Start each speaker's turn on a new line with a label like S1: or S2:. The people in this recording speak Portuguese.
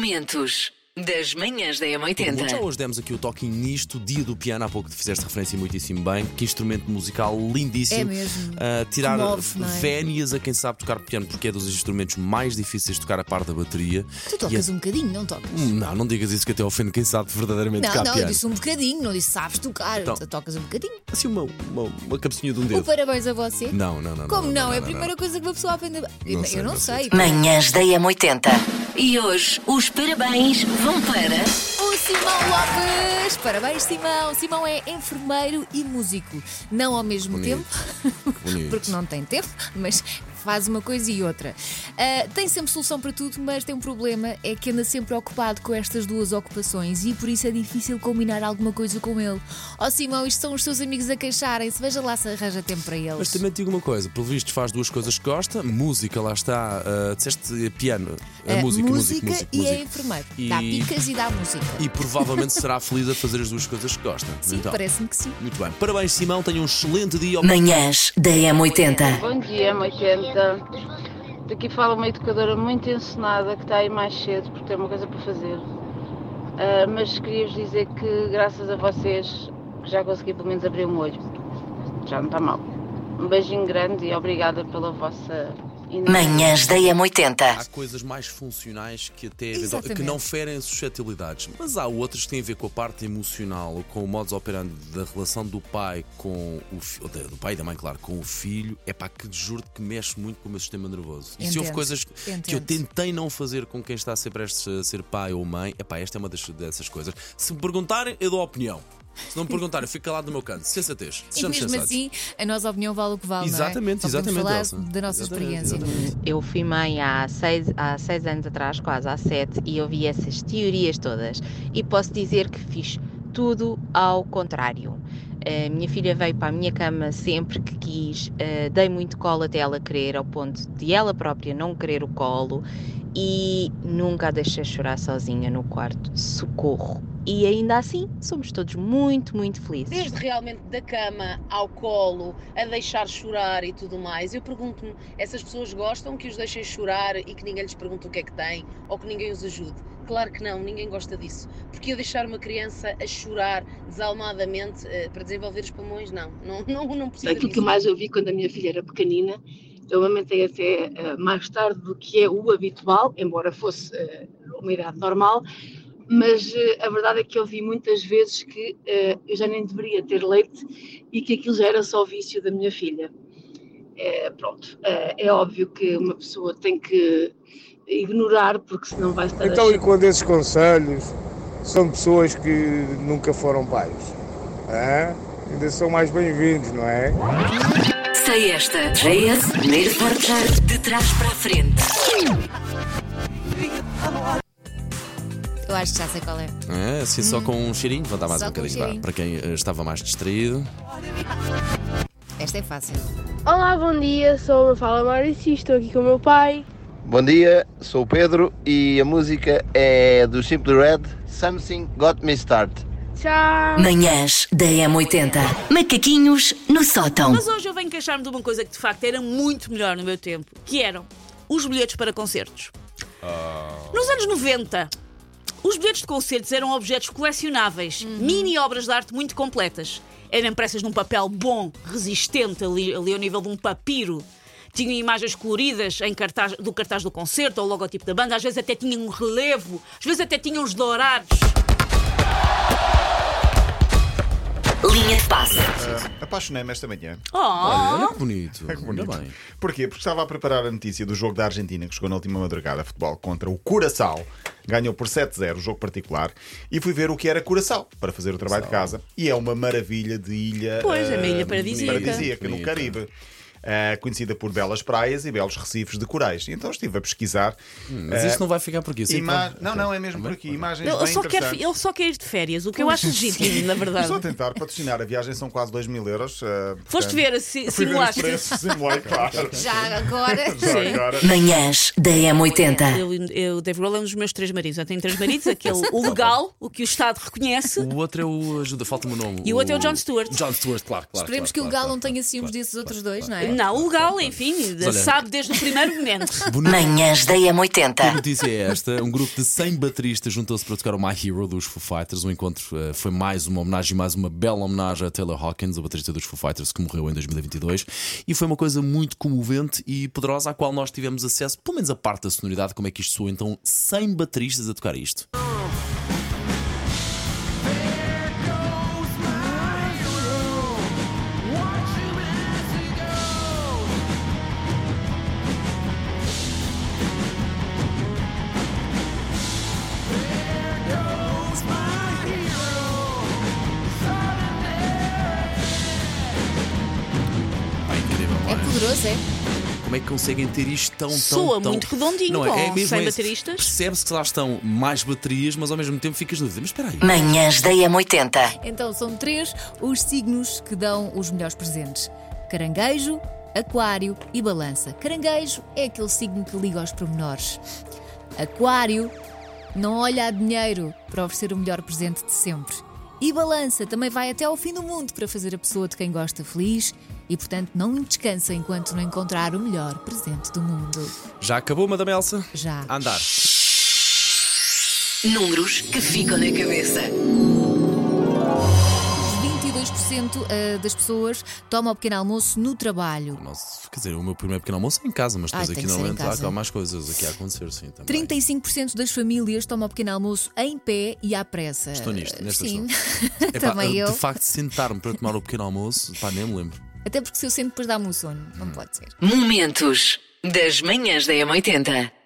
S1: Momentos das manhãs da
S2: Pergunto, Já
S1: M80.
S2: Então hoje demos aqui o toque nisto, dia do piano, há pouco te fizeste referência muitíssimo bem. Que instrumento musical lindíssimo.
S3: É mesmo.
S2: Ah, tirar
S3: Comove, não é?
S2: vénias a quem sabe tocar piano, porque é dos instrumentos mais difíceis de tocar a par da bateria.
S3: Tu
S2: E é-
S3: tocas um bocadinho, não tocas?
S2: Não, não digas isso que até ofende quem sabe verdadeiramente
S3: Não,
S2: tocar
S3: não, eu
S2: piano.
S3: disse um bocadinho, não disse sabes tocar,
S2: Então-
S3: tu tocas um bocadinho.
S2: Assim, uma, uma, uma cabecinha de um
S3: O
S2: dedo.
S3: parabéns a você.
S2: Não, não, não.
S3: Como não? É a
S2: não,
S3: primeira coisa que uma pessoa aprende. a- Eu
S2: Não
S3: não,
S2: sei,
S3: eu
S2: não
S3: não sei.
S1: Manhãs da M80. E hoje os parabéns vão para.
S3: O Simão Lopes! Parabéns, Simão! Simão é enfermeiro e músico. Não ao mesmo
S2: Bonito.
S3: tempo,
S2: Bonito.
S3: porque não tem tempo, mas faz uma coisa e outra. Ah, tem sempre solução para tudo, mas tem um problema: é que anda sempre ocupado com estas duas ocupações e por isso é difícil combinar alguma coisa com ele. Ó Simão, isto são os seus amigos a queixarem-se, veja lá se arranja tempo para eles.
S2: Mas também te digo uma coisa, pelo visto faz duas coisas que gosta, música, lá está, ah, disseste eh, piano, a
S3: Ah,
S2: música, música, música,
S3: e é
S2: música.
S3: enfermeiro.
S2: E-
S3: Dá picas e dá música.
S2: E provavelmente será feliz a fazer as duas coisas que gosta.
S3: Sim,
S2: Então,
S3: parece-me que sim.
S2: Muito bem. Parabéns, Simão. Tenha um excelente dia.
S1: Manhãs da M80.
S4: Bom dia, Magenta. Daqui fala uma educadora muito ensinada que está aí mais cedo porque tem uma coisa para fazer. Ah, mas queria-vos dizer que, graças a vocês, já consegui pelo menos abrir um olho. Já não está mal. Um beijinho grande e obrigada pela vossa
S1: Manhãs da
S2: Há
S1: M80.
S2: coisas mais funcionais que até
S3: Exatamente.
S2: que não ferem as suscetibilidades, mas há outras que têm a ver com a parte emocional, com o modus operandi da relação do pai com o fi- ou da- do pai e da mãe, claro, com o filho. É pá, que juro que mexe muito com o meu sistema nervoso. E se
S3: Entendo.
S2: houve coisas que eu
S3: Entendo. tentei
S2: tentei não fazer com quem está a ser prestes a ser pai ou mãe, epá, esta é uma das- dessas coisas. Se me perguntarem, eu dou a opinião. Se não me perguntarem, eu fico calado no meu canto. Sensatez.
S3: E
S2: Sejamos
S3: mesmo
S2: sensatos.
S3: assim, a nossa opinião vale o que vale,
S2: Exatamente,
S3: não é? Só podemos
S2: exatamente,
S3: falar
S2: Elsa.
S3: da nossa
S2: Exatamente,
S3: experiência.
S5: Eu fui mãe há seis, há seis anos atrás, quase há sete, e eu vi essas teorias todas. E posso dizer que fiz tudo ao contrário. A minha filha veio para a minha cama sempre que quis, eh, dei muito colo até ela querer, ao ponto de ela própria não querer o colo, e nunca a deixei chorar sozinha no quarto. Socorro! E ainda assim, somos todos muito, muito felizes.
S6: Desde realmente da cama ao colo, a deixar chorar e tudo mais, eu pergunto-me: essas pessoas gostam que os deixem chorar e que ninguém lhes pergunte o que é que têm ou que ninguém os ajude? Claro que não, ninguém gosta disso. Porque eu deixar uma criança a chorar desalmadamente eh, para desenvolver os pulmões, não. Não, não, não precisa
S7: Aquilo que
S6: disso.
S7: eu mais ouvi quando a minha filha era pequenina, eu amamentei até eh, mais tarde do que é o habitual, embora fosse eh, uma idade normal, mas eh, a verdade é que eu vi muitas vezes que eh, eu já nem deveria ter leite e que aquilo já era só vício da minha filha. Eh, pronto, eh, é óbvio que uma pessoa tem que ignorar, porque senão vai estar a
S8: Então, e quando esses conselhos são de pessoas que nunca foram pais? Hã? Ainda são mais bem-vindos, não é?
S1: Sei esta. JS, primeiro portar de trás para a frente.
S3: Eu acho que já sei qual é.
S2: É, assim só com um cheirinho, vou dar mais
S3: Só
S2: um
S3: com um
S2: bocadinho vá,
S3: cheirinho.
S2: para quem eh, estava mais distraído.
S3: Esta é fácil.
S9: Olá, bom Um dia, sou a Mafalda Maurício e estou aqui com o meu pai.
S10: Bom dia, sou o Pedro e a música é do Simple Red, Something Got Me Started.
S9: Tchau!
S1: Manhãs da M80. Macaquinhos no sótão.
S11: Mas hoje eu venho queixar-me de uma coisa que de facto era muito melhor no meu tempo, que eram os bilhetes para concertos.
S12: Ah.
S11: Nos anos 90, os bilhetes de concertos eram objetos colecionáveis, mini obras de arte muito completas. Eram impressas num papel bom, resistente, ali, ali ao nível de um papiro. Tinham imagens coloridas em cartaz- do cartaz do concerto ou logotipo da banda, às vezes até tinham um relevo, às vezes até tinham os dourados.
S1: Linha de passe.
S12: Ah, Apaixonei-me esta manhã.
S11: Oh!
S2: Olha que bonito.
S12: É bonito.
S2: Ainda bem.
S12: Porquê? Porque estava a preparar a notícia do jogo da Argentina que chegou na última madrugada futebol contra o Curaçao. Ganhou por 7-0 o jogo particular e fui ver o que era Curaçao para fazer o trabalho de casa. E é uma maravilha de ilha.
S11: Pois, é uma
S12: eh,
S11: ilha paradisíaca.
S12: paradisíaca no
S2: Bonita.
S12: Caribe. eh, conhecida por belas praias e belos recifes de corais. Então estive a pesquisar.
S2: Hum, Mas
S12: eh,
S2: isto não vai ficar por aqui. assim,
S12: ima-
S2: pronto.
S12: Não,
S2: Ok.
S12: não, é mesmo por aqui. Imagens
S11: Ele
S12: bem
S11: só, quer,
S12: interessantes.
S11: ele só quer ir de férias, o que eu acho legítimo, na verdade.
S12: Estou a tentar patrocinar a viagem, são quase 2 mil euros. eh,
S11: Foste
S12: portanto,
S11: ver, si-
S12: Fui ver os
S11: simulaste.
S12: preços, simulei, claro.
S3: Já agora.
S12: Já agora.
S1: Manhãs da M80.
S11: Eu, eu, Dave Grohl é um dos meus três maridos. Eu tenho três maridos, aquele o legal, o que o Estado reconhece.
S2: O outro é o. Ajuda, falta-me o nome.
S11: E o outro é o John Stewart.
S2: John Stewart, claro. claro
S3: Esperemos
S2: claro,
S3: que o
S2: claro,
S3: Galo
S2: claro,
S3: não tenha
S2: claro,
S3: ciúmes
S2: claro,
S3: desses outros
S2: claro,
S3: dois, não
S2: claro,
S3: é?
S2: claro.
S11: Não, o Gal, enfim,
S2: Mas olha-
S11: sabe desde o primeiro momento.
S1: Manhãs da
S2: Que
S1: M80.
S2: notícia é esta? Um grupo de 100 bateristas juntou-se para tocar o My Hero dos Foo Fighters. O encontro eh, foi mais uma homenagem, mais uma bela homenagem a Taylor Hawkins, o baterista dos Foo Fighters que morreu em 2022. E foi uma coisa muito comovente e poderosa, à qual nós tivemos acesso, pelo menos a parte da sonoridade, como é que isto soa. Então, 100 bateristas a tocar isto. Pá, incrível, não
S3: É poderoso, é?
S2: Como é que conseguem ter isto tão, tão,
S11: Soa
S2: tão...
S11: muito redondinho,
S2: não é? É
S11: com
S2: mesmo
S11: 100
S2: esse.
S11: bateristas.
S2: Percebe-se que lá estão mais baterias, mas ao mesmo tempo ficas na dúvida. Mas espera aí.
S1: Manhãs da M80.
S3: Então são três os signos que dão os melhores presentes: caranguejo, aquário e balança. Caranguejo é aquele signo que liga aos pormenores. Aquário não olha a dinheiro para oferecer o melhor presente de sempre. E balança também vai até ao fim do mundo para fazer a pessoa de quem gosta feliz e, portanto, não descansa enquanto não encontrar o melhor presente do mundo.
S2: Já acabou, Madame Elsa?
S3: Já.
S2: A andar.
S1: Números que ficam na cabeça.
S3: 22% eh, das pessoas toma o pequeno almoço no trabalho.
S2: Quer dizer, o meu primeiro pequeno almoço é em casa, mas
S3: Ai,
S2: depois
S3: Ah, tem
S2: aqui
S3: que ser em
S2: normalmente
S3: casa. um
S2: há mais coisas aqui a acontecer, sim. Também.
S3: 35% das famílias tomam o pequeno almoço em pé e à pressa.
S2: Estou nisto, nesta
S3: Sim,
S2: Epá,
S3: também eu.
S2: De facto, sentar-me para tomar o pequeno almoço, pá, nem me lembro.
S3: Até porque se eu sento depois dá-me um sonho, não pode ser.
S1: Momentos das manhãs da M80.